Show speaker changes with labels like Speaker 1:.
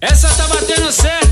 Speaker 1: Essa tá batendo certo.